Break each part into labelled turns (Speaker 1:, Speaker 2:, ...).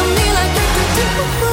Speaker 1: on me like do, do, do, do.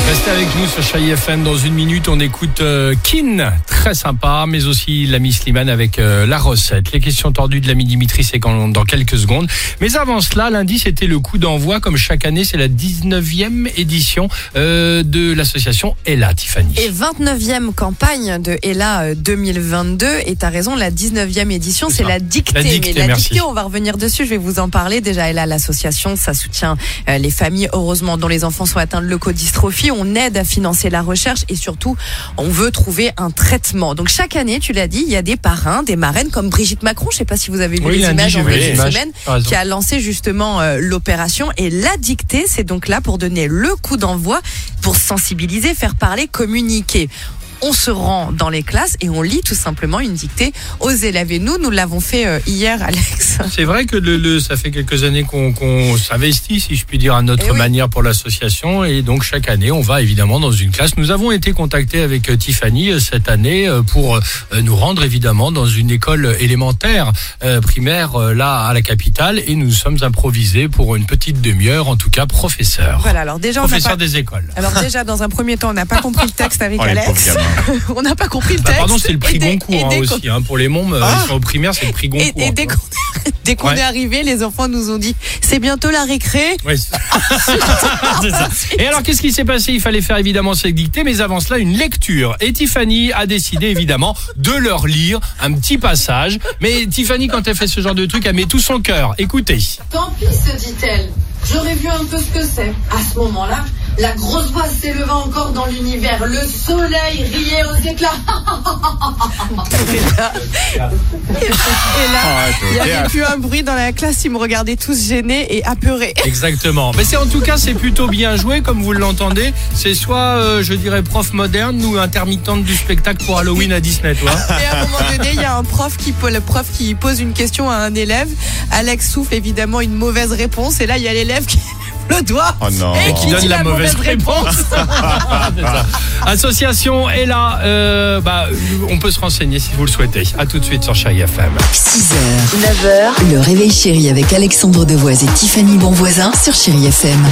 Speaker 2: Restez avec nous sur Chai FM dans une minute. On écoute euh, Kin, très sympa, mais aussi l'ami Slimane avec euh, la recette. Les questions tordues de l'ami Dimitri, c'est quand- dans quelques secondes. Mais avant cela, lundi, c'était le coup d'envoi. Comme chaque année, c'est la 19e édition euh, de l'association Ella, Tiffany.
Speaker 3: Et 29e campagne de Ella euh, 2022. Et t'as raison, la 19e édition,
Speaker 2: C'est
Speaker 3: c'est
Speaker 2: ça.
Speaker 3: la dictée.
Speaker 2: La dictée,
Speaker 3: mais la
Speaker 2: merci.
Speaker 3: dictée, on va revenir dessus, je vais vous en parler. Déjà, Ella, l'association, ça soutient euh, les familles, heureusement, dont les enfants sont atteints de leucodystrophie. On aide à financer la recherche et surtout, on veut trouver un traitement. Donc, chaque année, tu l'as dit, il y a des parrains, des marraines, comme Brigitte Macron. Je sais pas si vous avez vu
Speaker 2: Oui,
Speaker 3: les
Speaker 2: lundi,
Speaker 3: images
Speaker 2: j'ai
Speaker 3: en
Speaker 2: vu les
Speaker 3: début de
Speaker 2: images.
Speaker 3: semaine
Speaker 2: T'as raison.
Speaker 3: qui a lancé justement euh, l'opération. Et la dictée, c'est donc là pour donner le coup d'envoi, pour sensibiliser, faire parler, communiquer. On se rend dans les classes et on lit tout simplement une dictée aux élèves. Et nous, nous l'avons fait euh, hier, Alex.
Speaker 2: C'est vrai que le, le- ça fait quelques années qu'on qu'on s'investit, si je puis dire, à notre
Speaker 3: Eh oui.
Speaker 2: manière pour l'association. Et donc, chaque année, on va évidemment dans une classe. Nous avons été contactés avec euh, Tiffany euh, cette année euh, pour euh, nous rendre évidemment dans une école élémentaire euh, primaire, euh, là, à la capitale. Et nous sommes improvisés pour une petite demi-heure, en tout cas, professeur.
Speaker 3: Voilà, alors déjà, on n'a
Speaker 2: Professeur
Speaker 3: pas...
Speaker 2: des écoles.
Speaker 3: Alors déjà, dans un premier temps, on n'a pas compris le texte avec
Speaker 2: Oh, les pauvres
Speaker 3: Alex.
Speaker 2: gamins.
Speaker 3: on n'a pas compris le
Speaker 2: Bah,
Speaker 3: texte.
Speaker 2: pardon, c'est le prix
Speaker 3: Et dès-
Speaker 2: Goncourt
Speaker 3: et
Speaker 2: hein,
Speaker 3: dès qu'on-
Speaker 2: aussi. hein, pour les mômes, euh,
Speaker 3: Ah.
Speaker 2: ils sont au primaire, c'est le prix Goncourt.
Speaker 3: Et, et dès
Speaker 2: hein.
Speaker 3: qu'on dès qu'on
Speaker 2: Ouais.
Speaker 3: est arrivé, les enfants nous ont dit c'est bientôt la récré.
Speaker 2: Ouais, c'est- C'est ça. Et alors, qu'est-ce qui s'est passé Il fallait faire évidemment cette dictée, mais avant cela, une lecture. Et Tiffany a décidé évidemment de leur lire un petit passage. Mais Tiffany, quand elle fait ce genre de truc, elle met tout son cœur. Écoutez.
Speaker 4: Tant pis, se dit-elle. J'aurais vu un peu ce que c'est. À ce moment-là, la grosse voix s'éleva encore dans l'univers. Le soleil riait aux éclats.
Speaker 3: Et là,
Speaker 2: Ah,
Speaker 3: il y avait plus un bruit dans la classe. Ils me regardaient tous gênés et apeurés.
Speaker 2: Exactement. Mais c'est en tout cas, c'est plutôt bien joué, comme vous l'entendez. C'est soit, euh, je dirais, prof moderne ou intermittente du spectacle pour Halloween à Disney, toi.
Speaker 3: Et à un moment donné, il y a un prof qui, le prof qui pose une question à un élève. Alex souffle évidemment une mauvaise réponse. Et là, il y a l'élève qui lève le doigt.
Speaker 5: Oh non.
Speaker 3: Et
Speaker 2: qui
Speaker 3: qui
Speaker 2: donne
Speaker 3: dit
Speaker 2: la, mauvaise réponse. C'est ça. Association est là. euh, bah, on peut se renseigner si vous le souhaitez. À tout de suite sur Chérie FM.
Speaker 6: 6h, 9h, le réveil chéri avec Alexandre Devoise et Tiffany Bonvoisin sur Chérie FM.